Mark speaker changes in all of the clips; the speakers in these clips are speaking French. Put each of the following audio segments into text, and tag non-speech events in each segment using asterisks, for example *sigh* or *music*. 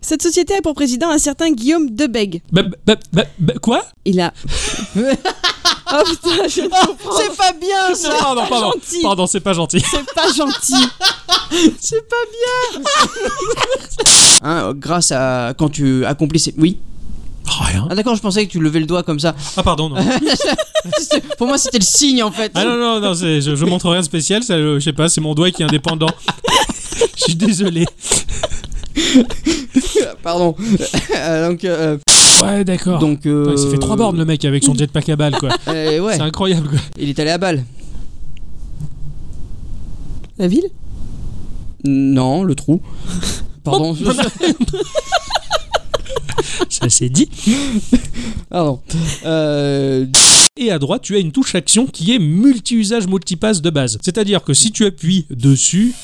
Speaker 1: Cette société a pour président un certain Guillaume Debeg.
Speaker 2: Bah, bah, bah, bah, quoi
Speaker 3: *laughs*
Speaker 1: Il a. oh putain, je
Speaker 3: Ah,
Speaker 1: comprends.
Speaker 4: C'est pas bien ça
Speaker 2: Pardon, pardon,
Speaker 1: gentil.
Speaker 2: pardon, c'est pas gentil. *laughs*
Speaker 1: C'est pas gentil.
Speaker 4: C'est pas bien Hein, euh, Grâce à. Quand tu accomplis. ces- Oui
Speaker 2: Oh, Rien.
Speaker 4: Ah d'accord, je pensais que tu levais le doigt
Speaker 2: *laughs*
Speaker 4: comme ça.
Speaker 2: Ah pardon,
Speaker 4: *laughs*
Speaker 2: non.
Speaker 4: C'est- Pour moi, c'était le signe en fait.
Speaker 2: Ah non, non, non, c'est- je, je montre rien de spécial, ça, je, je sais pas, c'est mon doigt qui est
Speaker 4: *laughs*
Speaker 2: indépendant. Je suis désolé.
Speaker 4: Pardon. *laughs* Euh, donc. euh,
Speaker 2: Ouais, d'accord. Donc,
Speaker 4: donc euh,
Speaker 2: ça fait trois bornes le mec avec son jetpack à balles, quoi.
Speaker 4: euh, *laughs* ouais,
Speaker 2: C'est incroyable, quoi. *laughs*
Speaker 4: il est allé à balle.
Speaker 1: La ville
Speaker 4: Non, le trou.
Speaker 2: Oh,
Speaker 4: Pardon. je-
Speaker 2: Ça s'est dit.
Speaker 4: *laughs* Pardon. Euh,
Speaker 2: Et à droite, tu as une touche action qui est multi-usage multipass de base. C'est-à-dire que si tu appuies dessus.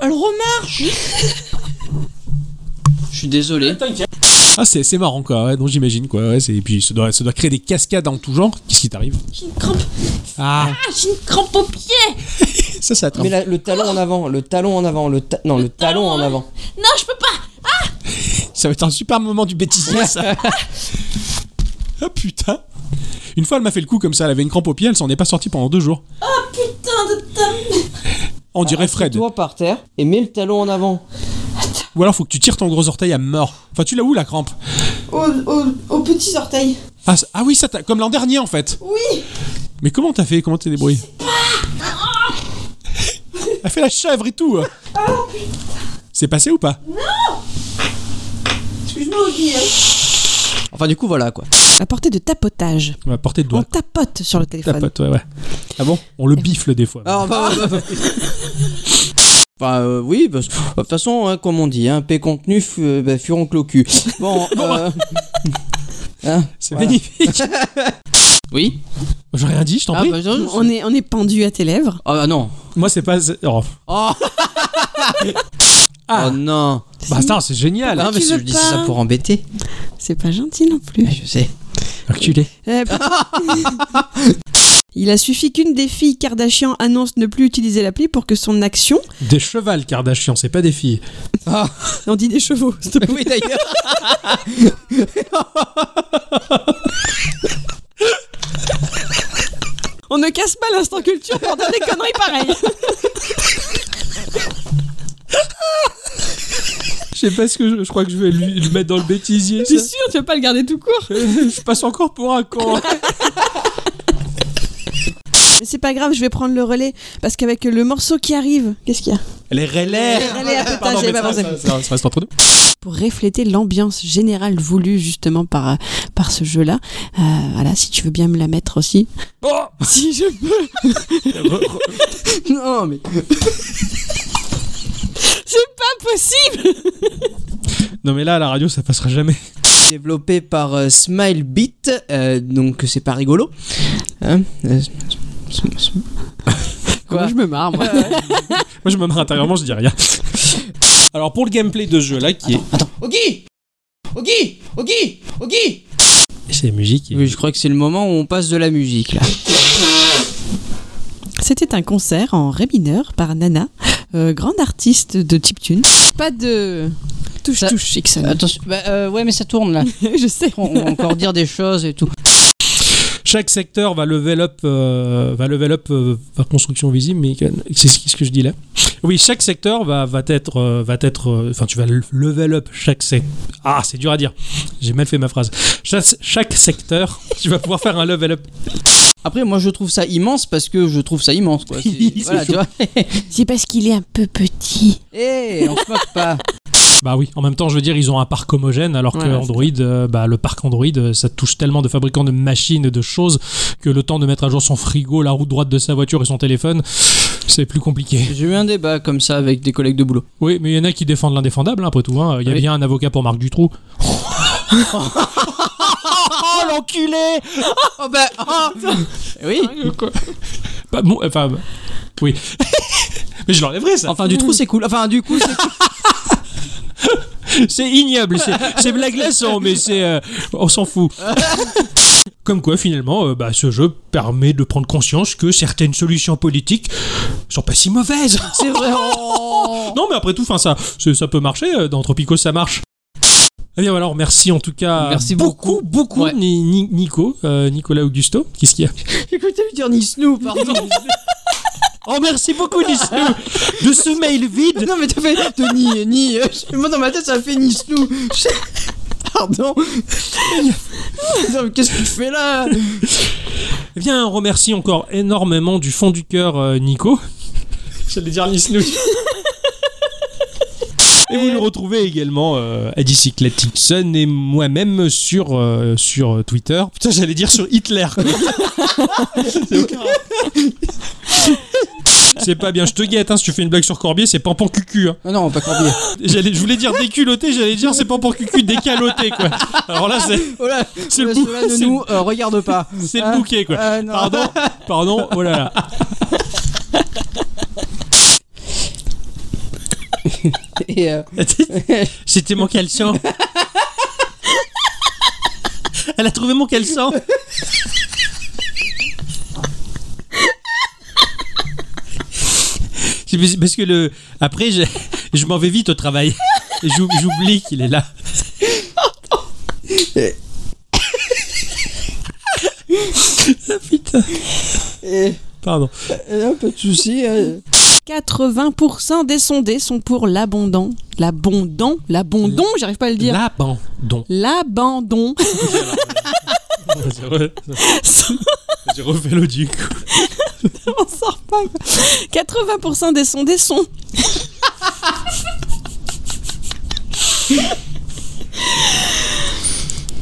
Speaker 1: Elle remarque
Speaker 4: je suis désolé.
Speaker 2: Ah, c'est c'est marrant, quoi. Ouais, non, j'imagine, quoi. Ouais, c'est- et puis, ça doit, ça doit créer des cascades en tout genre. Qu'est-ce qui t'arrive
Speaker 3: J'ai une crampe,
Speaker 2: Ah,
Speaker 3: ah, j'ai une crampe au pied.
Speaker 2: ça, ça attrape.
Speaker 4: Mais la- le talon en avant, le talon en avant, le ta- non, le, talon,
Speaker 3: talon,
Speaker 4: en
Speaker 3: hein.
Speaker 4: avant.
Speaker 3: Non, je peux pas.
Speaker 2: Ça va être un super moment du bêtisier, *laughs* ça. ah putain. Une fois, elle m'a fait le coup comme ça. Elle avait une crampe au pied. Elle s'en est pas sortie pendant deux jours.
Speaker 3: Oh, Putain de ta.
Speaker 2: On dirait Fred.
Speaker 4: Toi par terre et mets le talon en avant.
Speaker 2: Ou alors, faut que tu tires ton gros orteil à mort. Enfin, tu l'as où la crampe
Speaker 3: Aux, aux, petits orteils.
Speaker 2: ah, ça- ah oui, ça t'a- comme l'an dernier en fait.
Speaker 3: Oui.
Speaker 2: Mais comment t'as fait Comment t'es débrouillé Elle fait la chèvre et tout.
Speaker 3: Oh,
Speaker 2: C'est passé ou pas
Speaker 3: Excuse-moi, Guy.
Speaker 4: Enfin du coup voilà quoi.
Speaker 1: À portée de tapotage.
Speaker 2: On va porter de
Speaker 1: On
Speaker 3: Oh,
Speaker 2: doigt.
Speaker 1: tapote sur le téléphone.
Speaker 2: Tapote, ouais, ouais. Ah bon On le bifle des fois.
Speaker 3: Oh,
Speaker 4: Alors, bah, bah, bah, bah. *laughs* Enfin, euh, oui, parce que, de toute façon, hein, comme on dit, un P contenu, fu- euh, bah, furoncle au cul. *laughs* Bon, euh, hein,
Speaker 2: C'est
Speaker 4: voilà.
Speaker 2: magnifique.
Speaker 4: Oui
Speaker 2: J'ai rien dit, je t'en
Speaker 4: Ah
Speaker 2: prie.
Speaker 4: bah, je-
Speaker 1: On est, on est pendu à tes lèvres.
Speaker 4: Ah, bah, non.
Speaker 2: Moi, c'est pas. c'est- oh.
Speaker 4: Oh,
Speaker 2: Ah.
Speaker 4: Oh, non.
Speaker 2: Bah attends, c'est génial.
Speaker 4: non, mais
Speaker 1: tu
Speaker 4: je
Speaker 1: veux
Speaker 4: dis
Speaker 1: pas
Speaker 4: ça pour embêter.
Speaker 1: C'est pas gentil non plus.
Speaker 4: Mais je sais.
Speaker 2: Enculé.
Speaker 1: Eh,
Speaker 3: *laughs*
Speaker 1: putain. Il a suffi qu'une des filles Kardashian annonce ne plus utiliser l'appli pour que son action.
Speaker 2: Des chevals Kardashian, c'est pas des filles.
Speaker 1: On dit des chevaux, s'il te plaît.
Speaker 4: *laughs* Oui, d'ailleurs.
Speaker 1: On ne casse pas l'instant culture pour dire des conneries pareilles.
Speaker 2: Je sais pas ce que je, je crois que je vais lui, lui mettre dans le bêtisier.
Speaker 1: T'es
Speaker 2: Ça.
Speaker 1: sûr, tu vas pas le garder tout court
Speaker 2: je passe encore pour un con.
Speaker 1: Mais C'est pas grave, je vais prendre le relais parce qu'avec le morceau qui arrive, qu'est-ce qu'il y a
Speaker 2: Les relais.
Speaker 1: Les relais, ah, putain, j'avais pas
Speaker 2: ça,
Speaker 1: pensé.
Speaker 2: ça- ça reste entre nous.
Speaker 1: Pour refléter l'ambiance générale voulue justement par, euh, par ce jeu-là. Euh, voilà, si tu veux bien me la mettre aussi.
Speaker 2: Oh
Speaker 1: *laughs* Si je peux
Speaker 4: *laughs* non, mais.
Speaker 1: C'est pas possible
Speaker 2: non mais là, à la radio, ça passera jamais.
Speaker 4: Développé par euh, Smilebeat, euh, donc c'est pas rigolo. Hein Euh, Quoi
Speaker 1: Je me marre, moi.
Speaker 2: Moi, je me marre intérieurement, je dis rien. Alors pour le gameplay de ce jeu là, qui
Speaker 4: Attends. Ogi Ogi Ogi Ogi
Speaker 2: est c'est la musique. qui est-
Speaker 4: Oui, je crois que c'est le moment où on passe de la musique là.
Speaker 1: C'était un concert en ré mineur par Nana, euh, grande artiste de chiptune. Pas de touche
Speaker 4: Ça-
Speaker 1: touche Ixon.
Speaker 4: *laughs* Attention, bah, euh, ouais, mais ça tourne là.
Speaker 1: *laughs* je sais.
Speaker 4: *laughs* On va encore dire des choses et tout.
Speaker 2: Chaque secteur va level up, euh, va level up euh, par construction visible, mais c'est ce ce que je dis là. Oui, chaque secteur va, va être, euh, va être, euh, enfin tu vas le- level up chaque secteur. Ah, c'est dur à dire. J'ai mal fait ma phrase. Chaque, chaque secteur, *laughs* tu vas pouvoir faire un level up.
Speaker 4: Après, moi je trouve ça immense parce que je trouve ça immense *laughs* quoi. C'est- Voilà,
Speaker 2: C'est
Speaker 4: tu vois. *laughs*
Speaker 1: C'est parce qu'il est un peu petit.
Speaker 4: Hé, on se moque pas.
Speaker 2: Bah oui. En même temps, je veux dire, ils ont un parc homogène, alors que
Speaker 4: Ouais,
Speaker 2: Android, euh, bah le parc Android, euh, ça touche tellement de fabricants de machines, et de choses que le temps de mettre à jour son frigo, la roue droite de sa voiture et son téléphone, c'est plus compliqué.
Speaker 4: J'ai eu un débat comme ça avec des collègues de boulot.
Speaker 2: Oui, mais il y en a qui défendent l'indéfendable, hein, après tout. hein. Il y a
Speaker 4: Oui.
Speaker 2: bien un avocat pour Marc Dutroux.
Speaker 4: *laughs* Oh l'enculé *laughs* Oh bah. Oui,
Speaker 2: *laughs* Bah, bon, enfin, bah, oui. *laughs* mais je l'enlèverai, ça.
Speaker 4: enfin du trou c'est cool. Enfin du coup, c'est
Speaker 2: C'est ignoble, c'est- c'est blaglaçant, mais c'est. euh, on s'en
Speaker 4: *laughs*
Speaker 2: fout. Comme quoi, finalement, euh, bah, ce jeu permet de prendre conscience que certaines solutions politiques sont pas si mauvaises. *laughs*
Speaker 4: *laughs* c'est vrai. Oh.
Speaker 2: Non, mais après tout, enfin, ça, c'est- ça peut marcher. euh, Dans Tropico, ça marche. Eh bien voilà, on remercie en tout cas
Speaker 5: Merci
Speaker 2: beaucoup,
Speaker 5: beaucoup.
Speaker 2: beaucoup,
Speaker 5: Ouais.
Speaker 2: Ni- Ni- Nico, euh, Nicolas Augusto. Qu'est-ce qu'il y a
Speaker 4: J'ai cru que t'allais dire Nisnou, pardon.
Speaker 2: Oh, merci beaucoup, Nico, de ce mail vide.
Speaker 4: non, mais t'as fait de ni, ni. euh, Moi, dans ma tête, ça fait Nisnou. Pardon. Non, mais qu'est-ce que tu fais là
Speaker 2: Eh bien, on remercie encore énormément du fond du cœur euh, Nico. *laughs* J'allais dire Nico. *laughs* Et vous nous retrouvez également euh, à Dicycletic Sun et moi-même sur, euh, sur Twitter. Putain, j'allais dire sur Hitler. *laughs* C'est aucun rapport. *laughs* C'est pas bien, je te guette, hein, si tu fais une blague sur Corbier, c'est pan cucu. Hein.
Speaker 4: Non, Ah non, pas Corbier.
Speaker 2: J'allais- Je voulais dire déculotté, j'allais dire c'est pan cucu décaloté, quoi. Alors là, c'est
Speaker 4: Oh là,
Speaker 2: C'est le
Speaker 4: oh là,
Speaker 2: bou-
Speaker 4: cela ne
Speaker 2: c'est
Speaker 4: nous euh, regarde pas.
Speaker 2: c'est
Speaker 4: Ah,
Speaker 2: le bouquet, quoi.
Speaker 4: ah, non.
Speaker 2: Pardon, pardon, oh là là.
Speaker 4: Et, euh, *laughs*
Speaker 2: C'était mon caleçon. Elle a trouvé mon caleçon. C'est parce- Parce que le après je, je m'en vais vite au travail. Et j'ou- J'oublie qu'il est là. Ah, Putain.
Speaker 4: et,
Speaker 2: Pardon.
Speaker 4: euh, pas de soucis. euh.
Speaker 1: 80% des sondés sont pour l'abondant. L'abondant L'abondant J'arrive pas à le dire.
Speaker 2: L'abandon. *laughs*
Speaker 1: L'abandon.
Speaker 2: J'ai re- j'ai refait le du coup.
Speaker 1: On sort pas. quoi. 80% des sondés sont.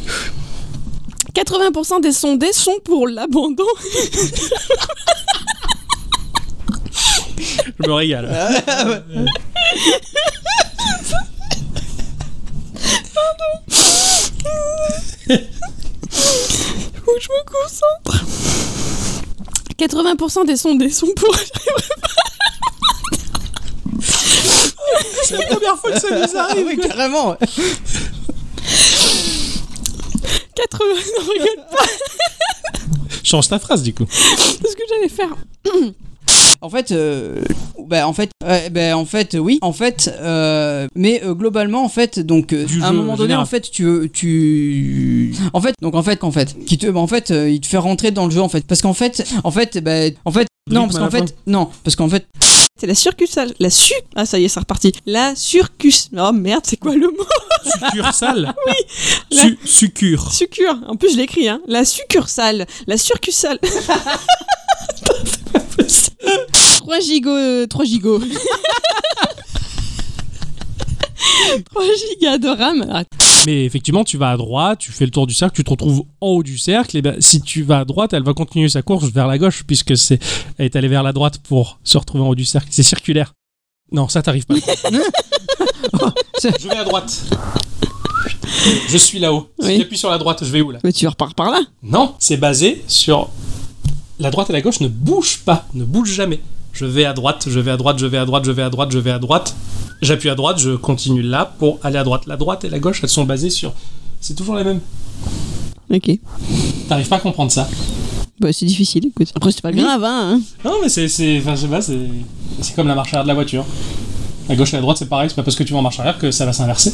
Speaker 1: « 80% des sondés sont pour l'abandon.
Speaker 2: Je me régale.
Speaker 1: Faut que je me concentre. 80% des sondés sont pour... *laughs*
Speaker 2: C'est la première fois que ça nous
Speaker 4: Ah oui, carrément.
Speaker 1: 80... euh, *laughs* Non, rigole.
Speaker 2: Change ta phrase du coup.
Speaker 1: C'est ce que j'allais faire.
Speaker 4: En fait, euh, bah, en fait, ouais, bah, en fait, oui, en fait, euh, mais euh, globalement, en fait, donc, euh,
Speaker 2: Du
Speaker 4: à un
Speaker 2: jeu
Speaker 4: moment donné,
Speaker 2: général.
Speaker 4: en fait, tu, euh, tu, en fait, donc, en fait, en fait, qui te, bah, en fait, euh, il te fait rentrer dans le jeu, en fait, parce qu'en fait, en fait, bah, en fait, non,
Speaker 2: Rythme
Speaker 4: parce
Speaker 2: à
Speaker 4: qu'en
Speaker 2: la
Speaker 4: fait, non, parce qu'en fait,
Speaker 1: C'est la circussale. La su... Ah, ça y est, c'est reparti. La circus... Oh, merde, c'est quoi le mot *laughs*
Speaker 2: Succursale Oui. Su succure.
Speaker 1: Sucure. En plus, je l'écris, hein. La succursale. La succursale. *laughs* 3 gigots. 3 gigots. *laughs* 3 gigas de RAM. Ah,
Speaker 2: Mais effectivement, tu vas à droite, tu fais le tour du cercle, tu te retrouves en haut du cercle. Et ben, si tu vas à droite, elle va continuer sa course vers la gauche puisque c'est elle est allée vers la droite pour se retrouver en haut du cercle. C'est circulaire. Non, ça t'arrive pas. je vais à droite. Je suis là-haut.
Speaker 1: Oui.
Speaker 2: j'appuie sur la droite, je vais où là
Speaker 1: Mais tu repars par là.
Speaker 2: Non, c'est basé sur la droite et la gauche ne bougent pas, ne bougent jamais. Je vais à droite, je vais à droite, je vais à droite, je vais à droite, je vais à droite. J'appuie à droite, je continue là pour aller à droite. La droite et la gauche, elles sont basées sur. C'est toujours les mêmes.
Speaker 1: Ok.
Speaker 2: T'arrives pas à comprendre ça.
Speaker 1: Bah, c'est difficile, écoute. Après, c'est pas grave, hein.
Speaker 2: Non, mais c'est. c'est- Enfin, je sais pas, c'est. C'est comme la marche arrière de la voiture. La gauche et la droite, c'est pareil, c'est pas parce que tu vas en marche arrière que ça va s'inverser.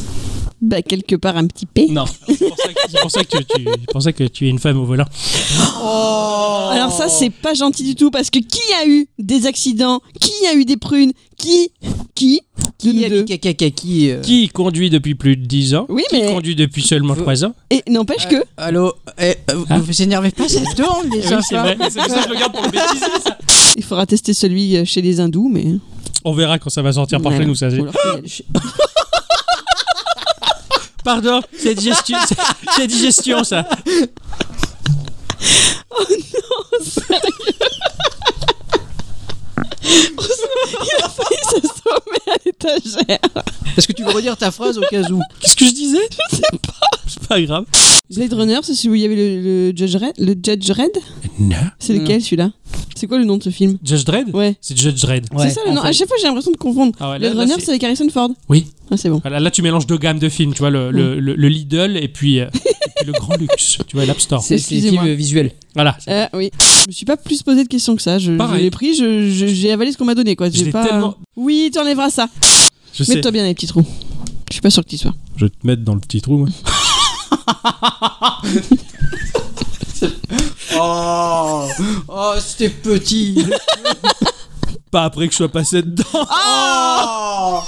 Speaker 1: Bah, quelque part, un petit P.
Speaker 2: Non. *laughs* C'est pour ça que, c'est pour ça que tu, tu- c'est pour ça que tu es une femme au volant.
Speaker 1: Alors,
Speaker 2: Oh.
Speaker 1: ça, c'est pas gentil du tout parce que qui a eu des accidents Qui a eu des prunes Qui Qui De
Speaker 4: qui,
Speaker 1: nous deux.
Speaker 4: a- qui, qui, qui, qui, euh,
Speaker 2: Qui conduit depuis plus de 10 ans
Speaker 1: Oui,
Speaker 2: Qui
Speaker 1: mais.
Speaker 2: conduit depuis seulement 3 ans
Speaker 1: Et n'empêche que.
Speaker 4: Allô, eh, euh, vous-
Speaker 2: Ah.
Speaker 4: vous énervez pas, ça tourne
Speaker 2: Eh
Speaker 4: les
Speaker 2: oui, c'est
Speaker 4: enfants.
Speaker 2: vrai. C'est pour ça que je le garde pour le bêtisier, ça.
Speaker 1: Il faudra tester celui euh, chez les hindous, mais.
Speaker 2: On verra quand ça va sortir par
Speaker 1: Ouais.
Speaker 2: chez nous, ça.
Speaker 1: Ou alors
Speaker 4: *laughs*
Speaker 1: qu'il y a le ch-
Speaker 2: Pardon, c'est
Speaker 1: *laughs*
Speaker 2: digestion, c'est digestion, ça.
Speaker 1: *laughs* Il a failli s'assommer à l'étagère.
Speaker 4: Est-ce que tu veux redire ta phrase au cas où
Speaker 2: Qu'est-ce que je disais Je sais pas. C'est pas grave.
Speaker 1: Blade Runner, c'est celui où il y avait le, le Judge Red Le Judge Red
Speaker 2: Non.
Speaker 1: C'est
Speaker 4: Non.
Speaker 1: lequel celui-là C'est quoi le nom de ce film
Speaker 2: Judge Dredd
Speaker 1: Ouais.
Speaker 2: C'est Judge Dredd.
Speaker 1: c'est ça le
Speaker 4: en
Speaker 1: nom.
Speaker 4: fait.
Speaker 1: À chaque fois, j'ai l'impression de confondre.
Speaker 2: Ah ouais,
Speaker 1: Blade
Speaker 2: là- là,
Speaker 1: Runner,
Speaker 2: c'est-
Speaker 1: c'est avec Harrison Ford
Speaker 2: Oui.
Speaker 1: Ah, c'est bon.
Speaker 2: Voilà, là, tu mélanges deux gammes de films, tu vois, le, le, le- le Lidl et puis, euh, et puis le Grand Luxe, tu vois, et l'App Store.
Speaker 4: C'est c'est les
Speaker 1: Excusez-moi.
Speaker 4: films visuels.
Speaker 2: Voilà.
Speaker 1: Euh, oui. Je me suis pas plus posé de questions que ça. Je, je
Speaker 2: Pareil.
Speaker 1: l'ai pris, je- je- j'ai avalé ce qu'on m'a donné, quoi.
Speaker 2: Je
Speaker 1: J'ai
Speaker 2: l'ai
Speaker 1: pas.
Speaker 2: tellement-
Speaker 1: Oui, t'enlèveras ça.
Speaker 2: Je sais.
Speaker 1: Mets-toi bien les petits trous. Je suis pas sûr que
Speaker 5: *laughs*
Speaker 1: tu sois.
Speaker 2: Je vais te mettre dans le petit trou. moi.
Speaker 4: Oh, oh c'était petit.
Speaker 2: Pas après que je sois passé dedans.
Speaker 4: Oh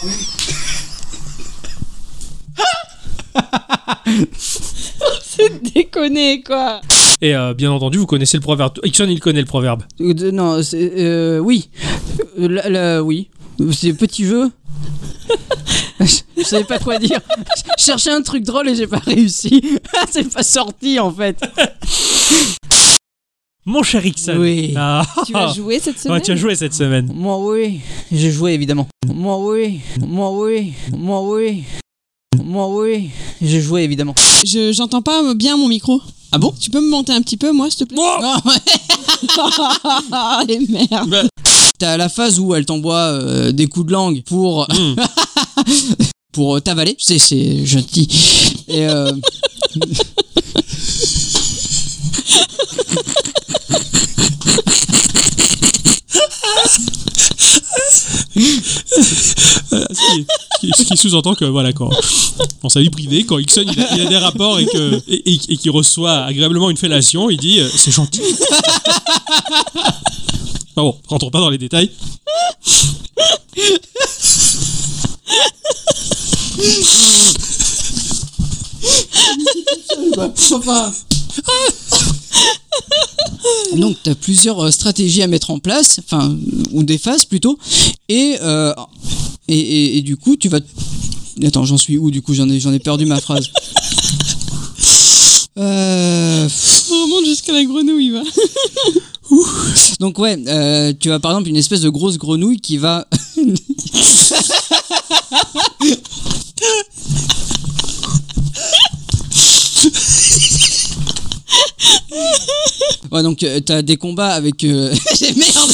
Speaker 1: C'est déconné, quoi.
Speaker 2: Et euh, bien entendu, vous connaissez le proverbe. Ixon, il connaît le proverbe.
Speaker 4: Euh, de- Non, c'est euh, oui, Euh, là, là, oui, c'est petit jeu. je, je savais pas quoi dire. Je cherchais un truc drôle et j'ai pas réussi. *laughs* c'est pas sorti en fait.
Speaker 2: Mon cher Ixon.
Speaker 4: Oui.
Speaker 2: Ah,
Speaker 1: Tu vas jouer cette
Speaker 2: ouais,
Speaker 1: semaine
Speaker 2: tu as joué cette semaine.
Speaker 4: Moi oui, j'ai joué évidemment. Moi oui, moi oui, moi oui, moi oui, j'ai joué évidemment.
Speaker 1: Je j'entends pas bien mon micro.
Speaker 4: Ah bon
Speaker 1: Tu peux me monter un petit peu, moi, s'il te plaît
Speaker 2: *laughs*
Speaker 4: Ah, ouais.
Speaker 1: Ah, les merdes.
Speaker 4: T'as la phase où elle t'envoie euh, des coups de langue pour
Speaker 2: Mm.
Speaker 4: *laughs* pour euh, t'avaler. C'est c'est gentil. Et euh,
Speaker 2: Ce qui, ce qui sous-entend que, voilà, quand, dans sa vie privée, quand Ixon il a, il a des rapports et que et, et- et qu'il reçoit agréablement une fellation, il dit euh, c'est gentil. Ah bon, rentrons pas dans les détails.
Speaker 4: Donc, tu as plusieurs euh, stratégies à mettre en place, enfin, ou des phases plutôt. Et, euh, et, et- et du coup, tu vas. Attends, j'en suis où du coup J'en ai, j'en ai perdu ma
Speaker 1: *laughs*
Speaker 4: phrase. Euh,
Speaker 1: On remonte jusqu'à la grenouille,
Speaker 4: *laughs*
Speaker 1: va.
Speaker 4: donc ouais, euh, tu as par exemple une espèce de grosse grenouille qui va. *laughs* ouais donc euh, t'as des combats avec. euh, *laughs* Merde.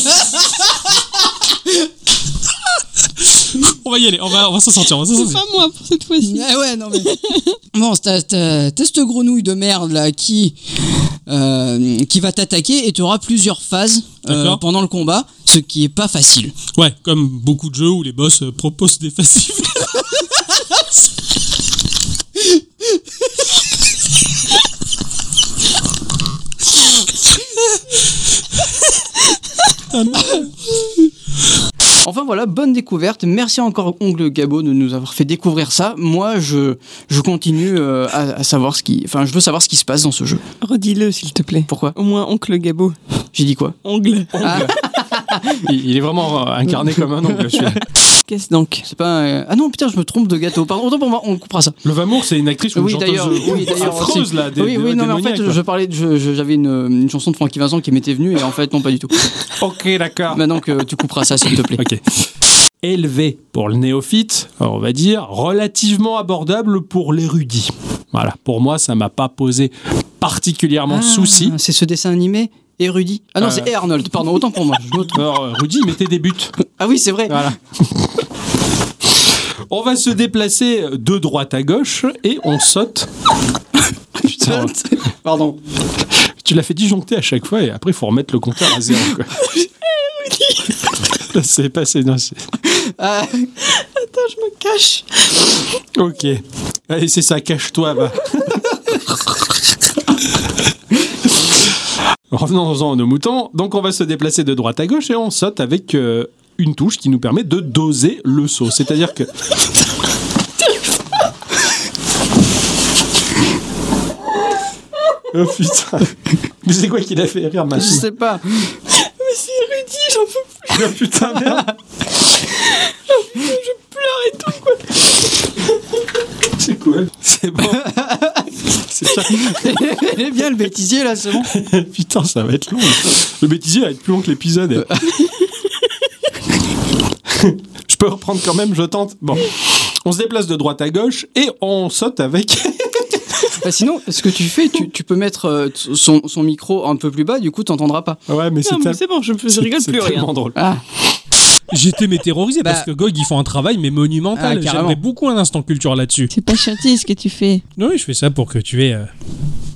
Speaker 2: On va y aller, on va, on va s'en sortir, on va s'en
Speaker 1: C'est
Speaker 2: sortir.
Speaker 1: pas moi pour cette fois-ci.
Speaker 4: Ah ouais, non mais. *laughs* Bon, t'as t'as- t'as cette grenouille de merde là qui, euh, qui va t'attaquer et tu auras plusieurs phases euh,
Speaker 2: D'accord.
Speaker 4: pendant le combat, ce qui est pas facile.
Speaker 2: Ouais, comme beaucoup de jeux où les boss euh, proposent des faciles.
Speaker 4: *laughs* Enfin voilà, bonne découverte. Merci encore Ongle Gabo de nous avoir fait découvrir ça. Moi, je, je continue euh, à, à savoir ce qui. Enfin, je veux savoir ce qui se passe dans ce jeu.
Speaker 5: Redis-le, s'il te plaît.
Speaker 4: Pourquoi
Speaker 5: Au moins, oncle Gabo.
Speaker 4: J'ai dit quoi
Speaker 5: Ongle.
Speaker 4: Ah.
Speaker 6: Il, il est vraiment euh, incarné comme un ongle, celui-là.
Speaker 5: Qu'est-ce donc
Speaker 4: C'est pas. un- Ah non, putain, je me trompe de gâteau. Pardon, autant pour moi, on coupera ça.
Speaker 6: Love Amour, c'est une actrice ou une
Speaker 4: Oui,
Speaker 6: chanteuse
Speaker 4: d'ailleurs, oui, d'ailleurs,
Speaker 6: affreuse,
Speaker 2: Ah,
Speaker 6: là, des,
Speaker 4: oui, oui, non, mais en fait, je parlais. de- je- je- J'avais une, une chanson de Francky Vincent qui m'était venue et en fait, non, pas du tout.
Speaker 6: Ok, d'accord.
Speaker 4: Maintenant que tu couperas ça, s'il te plaît.
Speaker 6: *laughs* Ok. Élevé pour le néophyte, on va dire, relativement abordable pour l'érudit. Voilà, pour moi, ça m'a pas posé particulièrement
Speaker 4: Ah,
Speaker 6: souci.
Speaker 4: C'est ce dessin animé Érudit Ah non,
Speaker 6: Euh.
Speaker 4: c'est Arnold, pardon, autant pour *laughs* moi. je me trompe.
Speaker 6: Alors, euh, Rudy, mettez des buts.
Speaker 4: Ah oui, c'est vrai.
Speaker 6: Voilà. on va se déplacer de droite à gauche et on saute. Putain,
Speaker 4: Pardon.
Speaker 6: tu l'as fait disjoncter à chaque fois et après, il faut remettre le compteur à zéro. Quoi. Là, c'est passé. Non, c'est-
Speaker 4: *laughs* Ah,
Speaker 5: Je me cache.
Speaker 6: Ok. Allez, c'est ça, cache-toi,
Speaker 4: *laughs*
Speaker 6: va. Revenons-en à nos moutons. Donc, on va se déplacer de droite à gauche et on saute avec euh, une touche qui nous permet de doser le saut. C'est-à-dire
Speaker 4: *laughs*
Speaker 6: que. Oh putain! Mais c'est quoi qui l'a fait rire, ma
Speaker 4: je
Speaker 6: fille
Speaker 4: sais pas.
Speaker 5: Mais c'est Rudy, j'en peux
Speaker 6: Oh putain, merde!
Speaker 5: plus, et tout.
Speaker 6: C'est cool. C'est bon. C'est ça.
Speaker 4: Elle est bien le bêtisier là, c'est bon.
Speaker 6: Putain, ça va être long. Le bêtisier va être plus long que l'épisode. Je peux reprendre quand même, je tente. Bon. On se déplace de droite à gauche et on saute avec.
Speaker 4: Bah, sinon, ce que tu fais, tu, tu peux mettre euh, son, son micro un peu plus bas, du coup, t'entendras pas.
Speaker 6: Ouais, mais c'est
Speaker 5: Non, mais
Speaker 6: tel-
Speaker 5: c'est bon, je, je rigole
Speaker 6: c'est
Speaker 5: plus rien.
Speaker 6: tellement drôle.
Speaker 4: Ah,
Speaker 2: J'étais mais terrorisé
Speaker 4: Bah.
Speaker 2: parce que GOG ils font un travail mais monumental.
Speaker 4: Ah, carrément.
Speaker 2: J'aimerais beaucoup un instant culture là-dessus.
Speaker 1: C'est pas gentil ce que tu fais.
Speaker 2: Non, oui, je fais ça pour que tu aies euh,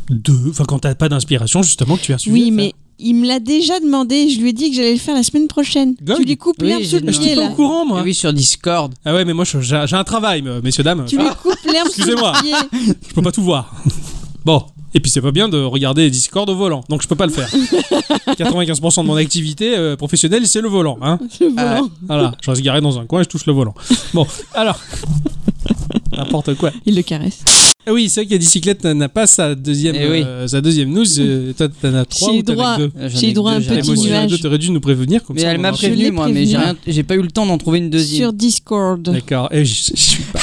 Speaker 2: deux. Enfin, quand t'as pas d'inspiration, justement, que tu aies un sujet.
Speaker 1: Oui,
Speaker 2: à
Speaker 1: mais il me l'a déjà demandé. Je lui ai dit que j'allais le faire la semaine prochaine.
Speaker 7: Gold
Speaker 1: Tu lui coupes
Speaker 4: Oui,
Speaker 1: l'herbe sous le
Speaker 4: j'ai-
Speaker 1: pied
Speaker 7: T'es
Speaker 1: là.
Speaker 7: au
Speaker 2: Oh,
Speaker 7: courant, moi
Speaker 4: Eh Oui, sur Discord.
Speaker 7: Ah ouais, mais moi, je- j'ai j'ai un travail, me- messieurs, dames.
Speaker 1: Tu lui coupes l'herbe sous
Speaker 7: Excusez-moi.
Speaker 1: le pied.
Speaker 7: Je peux pas tout voir. *laughs* Bon. Et puis, c'est pas bien de regarder Discord au volant, donc je peux pas le faire. 95% de mon activité euh, professionnelle, c'est le volant. Hein
Speaker 1: Le volant.
Speaker 7: voilà, je reste garé dans un coin et je touche le volant. Bon, alors. N'importe quoi.
Speaker 1: Il le caresse.
Speaker 7: Ah oui, c'est vrai que la bicyclette n'a pas sa deuxième,
Speaker 4: Eh oui.
Speaker 7: euh, sa deuxième news. euh, Toi, t'en as trois
Speaker 1: J'ai
Speaker 7: ou t'en as
Speaker 1: droit.
Speaker 7: deux
Speaker 4: J'en ai
Speaker 1: J'ai eu
Speaker 4: que
Speaker 1: droit à
Speaker 4: deux,
Speaker 1: un
Speaker 4: j'ai
Speaker 7: Ah,
Speaker 1: petit
Speaker 7: moi aussi, j'en ai
Speaker 1: nuage.
Speaker 7: deux, T'aurais dû nous prévenir comme
Speaker 4: Mais
Speaker 7: ça. on
Speaker 4: elle m'a
Speaker 7: en-
Speaker 1: Je l'ai
Speaker 4: prévenu, moi, mais j'ai
Speaker 1: prévenu.
Speaker 4: rien- j'ai pas eu le temps d'en trouver une deuxième.
Speaker 1: Sur Discord.
Speaker 7: D'accord. Eh, je- je- je suis pas-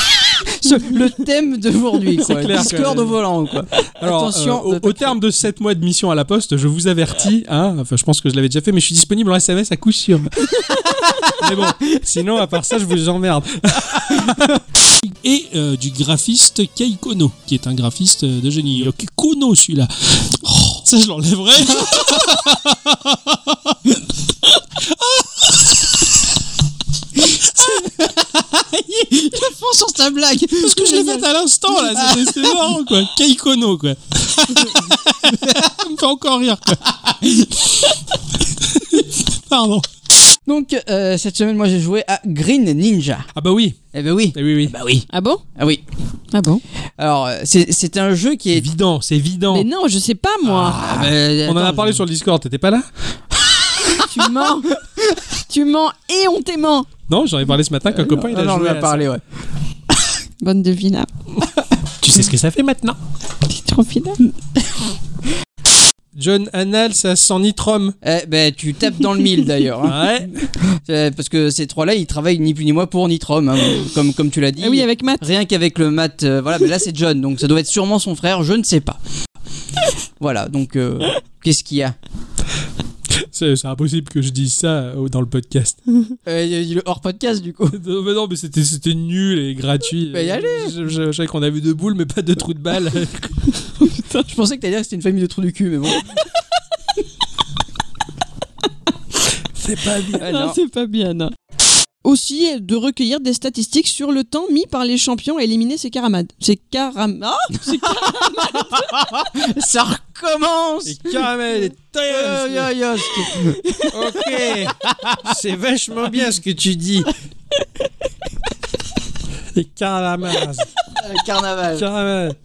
Speaker 4: le thème d'aujourd'hui, quoi.
Speaker 7: clair que-
Speaker 4: Discord au volant, quoi.
Speaker 7: Alors,
Speaker 4: Attention,
Speaker 7: euh,
Speaker 4: de
Speaker 7: au- au,
Speaker 4: pas
Speaker 7: terme de 7 mois de mission à la poste, je vous avertis, hein, enfin je pense que je l'avais déjà fait, mais je suis disponible en SMS à coup sûr.
Speaker 8: *laughs*
Speaker 7: mais bon, sinon à part ça, je vous emmerde.
Speaker 8: *laughs* et euh, du graphiste Kei Kono, qui est un graphiste euh, de génie. Ok, Kono, celui-là. Oh, ça, je
Speaker 7: *laughs*
Speaker 8: l'enlèverai.
Speaker 4: Fonce sur ta blague
Speaker 8: Parce que je l'ai faite à l'instant, là. C'est- *laughs* C'est c'est marrant, quoi. Kei Kono, *laughs*
Speaker 7: *laughs*
Speaker 8: quoi. ça me fait encore rire, *laughs* quoi. Pardon.
Speaker 4: Donc, euh, cette semaine, moi, j'ai joué à Green Ninja.
Speaker 7: Ah bah oui,
Speaker 4: Eh ben oui.
Speaker 7: eh oui, oui.
Speaker 4: Bah oui.
Speaker 1: Ah bon
Speaker 4: Ah oui.
Speaker 1: Ah bon
Speaker 4: Alors, euh, c'est c'est un jeu qui est.
Speaker 7: Évident, c'est évident.
Speaker 1: Mais non, je sais pas moi.
Speaker 4: Ah, bah,
Speaker 7: Bah, On en a
Speaker 4: attends,
Speaker 7: parlé
Speaker 4: je-
Speaker 7: sur le Discord, t'étais pas là
Speaker 1: Tu mens. tu mens et on t'aimant.
Speaker 7: Non, j'en ai parlé ce matin qu'un copain il
Speaker 4: Ah
Speaker 7: a
Speaker 4: non, on en
Speaker 7: joué
Speaker 4: a
Speaker 7: à
Speaker 4: parlé, ouais.
Speaker 1: Bonne devina.
Speaker 7: ça. Tu sais ce que ça fait maintenant
Speaker 1: T'es trop fidèle.
Speaker 7: John Annal, ça sent Nitrom.
Speaker 4: Eh ben, tu tapes dans le mille d'ailleurs.
Speaker 7: *laughs*
Speaker 4: hein.
Speaker 7: Ouais.
Speaker 4: C'est- Parce que ces trois-là, ils travaillent ni plus ni moins pour Nitrom, hein, comme, comme tu l'as
Speaker 7: Eh
Speaker 4: dit.
Speaker 1: Ah oui, avec Matt.
Speaker 4: Rien qu'avec le mat. euh, voilà, mais là, c'est John, donc ça doit être sûrement son frère, je ne sais pas. Voilà, donc.
Speaker 7: *laughs*
Speaker 4: euh, Qu'est-ce qu'il y a
Speaker 7: C'est c'est impossible que je dise ça euh, dans le podcast. *laughs*
Speaker 4: Euh, il y a eu le hors podcast du coup. *laughs*
Speaker 7: Non, mais non, mais c'était c'était nul et gratuit.
Speaker 4: Bah, y aller.
Speaker 7: Je, je- je savais qu'on a vu deux boules, mais pas deux trous de *laughs* balle.
Speaker 4: Je pensais que t'allais dire que c'était une famille de trous du cul, mais bon.
Speaker 7: c'est pas bien.
Speaker 4: Ah,
Speaker 1: Non,
Speaker 4: *laughs* non.
Speaker 1: c'est pas bien. non. Aussi euh, de recueillir des statistiques sur le temps mis par les champions à éliminer ces caramades. Ces caram... Ah
Speaker 4: Ça recommence
Speaker 7: Et caramel et
Speaker 4: Euh,
Speaker 7: tailleuse.
Speaker 4: yo, yo, c'était-
Speaker 7: Ok. *laughs* C'est vachement bien ce que tu dis. Et caramel.
Speaker 4: euh, Carnaval.
Speaker 7: Caramel.